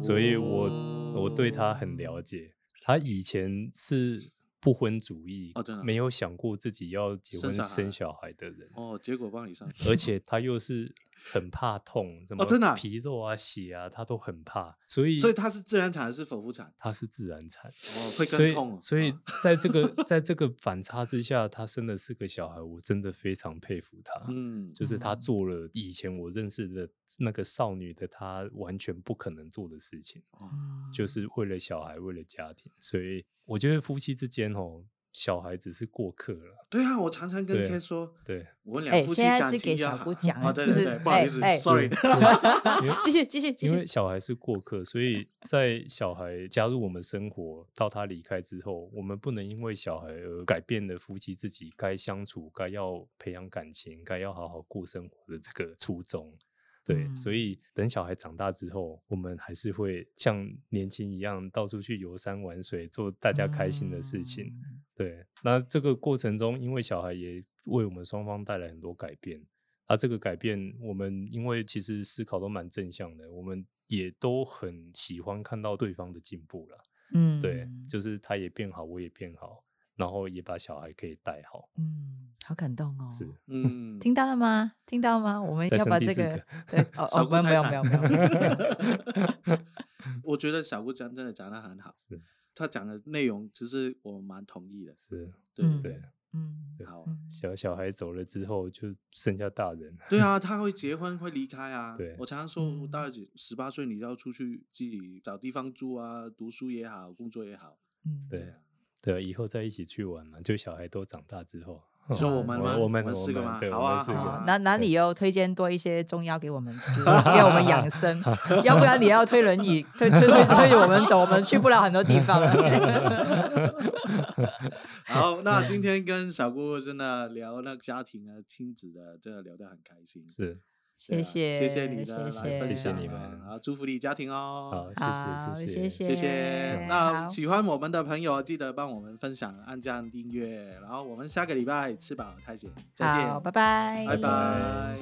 [SPEAKER 3] 所以我我对她很了解。她以前是不婚主义，
[SPEAKER 1] 哦真的啊
[SPEAKER 3] 没有想过自己要结
[SPEAKER 1] 生
[SPEAKER 3] 婚
[SPEAKER 1] 小孩
[SPEAKER 3] 生小孩的人，
[SPEAKER 1] 哦，结果帮你上，
[SPEAKER 3] 而且她又是很怕痛，什么
[SPEAKER 1] 真的啊
[SPEAKER 3] 皮肉啊、血啊，她都很怕，所以
[SPEAKER 1] 所以他是自然产还是剖腹产？
[SPEAKER 3] 她是自然产。
[SPEAKER 1] 哦，会
[SPEAKER 3] 所
[SPEAKER 1] 更
[SPEAKER 3] 以
[SPEAKER 1] 痛哦，
[SPEAKER 3] 所以
[SPEAKER 1] 啊
[SPEAKER 3] 在这 个在这个反差之下，她生了四个小孩，我真的非常佩服她。
[SPEAKER 1] 嗯，
[SPEAKER 3] 啊就是她
[SPEAKER 2] 嗯
[SPEAKER 3] 做了以前我认识的那个少女的她完全不可能做的事情，
[SPEAKER 2] 哦
[SPEAKER 3] 就是为了小孩，为了家庭。所以我觉得夫妻之间哦，小孩只是过客了。
[SPEAKER 1] 对啊，我常常跟
[SPEAKER 3] 对
[SPEAKER 1] K 说，
[SPEAKER 3] 对，
[SPEAKER 1] 我们
[SPEAKER 2] 哎
[SPEAKER 1] 两夫妻
[SPEAKER 2] 现在
[SPEAKER 1] 感
[SPEAKER 2] 是给
[SPEAKER 1] 情要
[SPEAKER 2] 小
[SPEAKER 1] 好
[SPEAKER 2] 姑讲
[SPEAKER 1] 哦，
[SPEAKER 2] 了
[SPEAKER 1] 对
[SPEAKER 2] 是不
[SPEAKER 1] 对
[SPEAKER 2] 是
[SPEAKER 1] 对，不好
[SPEAKER 2] 哎
[SPEAKER 1] 意思
[SPEAKER 2] 哎
[SPEAKER 1] ，sorry，
[SPEAKER 2] 哦 继续继续继
[SPEAKER 3] 因为
[SPEAKER 2] 续，
[SPEAKER 3] 小孩是过客，所以在小孩加入我们生活到他离开之后，我们不能因为小孩而改变了夫妻自己该相处、该要培养感情、该要好好过生活的这个初衷。对，
[SPEAKER 2] 嗯
[SPEAKER 3] 所以等小孩长大之后，我们还是会像年轻一样到处去游山玩水，做大
[SPEAKER 2] 大
[SPEAKER 3] 家开心的
[SPEAKER 2] 嗯
[SPEAKER 3] 事情。对，那这个过程中，因为小孩也为我们双方带来很多改变，啊，这个改变我们因为其实思考都蛮正向的，我们也都很喜欢看到对方的进步了。
[SPEAKER 2] 嗯，
[SPEAKER 3] 对，就是他也变好，我也变好，然后也把小孩可以带好。
[SPEAKER 2] 嗯，好感动哦，
[SPEAKER 3] 是，
[SPEAKER 1] 嗯，
[SPEAKER 2] 听到了吗？听到吗？我们
[SPEAKER 3] 再
[SPEAKER 2] 要
[SPEAKER 3] 生
[SPEAKER 2] 把
[SPEAKER 3] 第
[SPEAKER 2] 这
[SPEAKER 3] 四
[SPEAKER 2] 个
[SPEAKER 3] 个
[SPEAKER 2] 对哦哦，
[SPEAKER 1] 小
[SPEAKER 2] 不用
[SPEAKER 1] 姑
[SPEAKER 2] 不
[SPEAKER 1] 太
[SPEAKER 2] 用不
[SPEAKER 1] 太
[SPEAKER 2] 用不 用，
[SPEAKER 1] 我觉得小姑讲真的讲的很好
[SPEAKER 3] 是，
[SPEAKER 1] 她讲的内容其实我蛮同意的，
[SPEAKER 3] 是，
[SPEAKER 1] 对
[SPEAKER 2] 嗯
[SPEAKER 3] 对，啊
[SPEAKER 2] 嗯
[SPEAKER 3] 对
[SPEAKER 1] 好，
[SPEAKER 2] 嗯
[SPEAKER 3] 小小孩走了之后，就剩下大人。
[SPEAKER 1] 对啊，他会结婚，会离开啊。
[SPEAKER 3] 对
[SPEAKER 1] 我常常说，
[SPEAKER 2] 嗯
[SPEAKER 1] 我大概十八岁你要出去自己找地方住啊，读书也好，工作也好。
[SPEAKER 2] 嗯，
[SPEAKER 3] 对
[SPEAKER 1] 对啊
[SPEAKER 3] 对啊，以后再一起去玩嘛，就小孩都长大之后。
[SPEAKER 1] 你说我
[SPEAKER 2] 嗯
[SPEAKER 1] 们
[SPEAKER 3] 我
[SPEAKER 1] 吗？
[SPEAKER 3] 我们
[SPEAKER 1] 四个
[SPEAKER 3] 我们
[SPEAKER 1] 吗
[SPEAKER 3] 对？
[SPEAKER 1] 好
[SPEAKER 3] 我们
[SPEAKER 1] 啊，
[SPEAKER 3] 四
[SPEAKER 1] 好
[SPEAKER 3] 个
[SPEAKER 2] 啊
[SPEAKER 1] 啊，
[SPEAKER 2] 哪哪
[SPEAKER 3] 对
[SPEAKER 2] 里又推荐多一些中药给我们 吃， 给我们养生，要不然你要推轮椅推推推推着我们走，我们去不了很多地 方。
[SPEAKER 1] 好，那今天跟小姑真的聊那家庭啊、亲子的，真的聊得很开心。
[SPEAKER 3] 是，
[SPEAKER 1] 对
[SPEAKER 2] 谢
[SPEAKER 1] 啊谢
[SPEAKER 2] 谢，
[SPEAKER 1] 谢你的来
[SPEAKER 2] 谢
[SPEAKER 1] 分
[SPEAKER 3] 谢
[SPEAKER 1] 享啊，
[SPEAKER 3] 你们
[SPEAKER 1] 好，祝福你家庭哦。
[SPEAKER 3] 好，
[SPEAKER 2] 好
[SPEAKER 3] 谢
[SPEAKER 2] 谢
[SPEAKER 3] 谢，
[SPEAKER 2] 谢
[SPEAKER 1] 谢谢。那
[SPEAKER 2] 好
[SPEAKER 1] 喜欢我们的朋友，记得帮我们分享、按赞、订阅，然后我们下个礼拜吃饱太闲，再见，
[SPEAKER 2] 好，拜拜，
[SPEAKER 1] 拜拜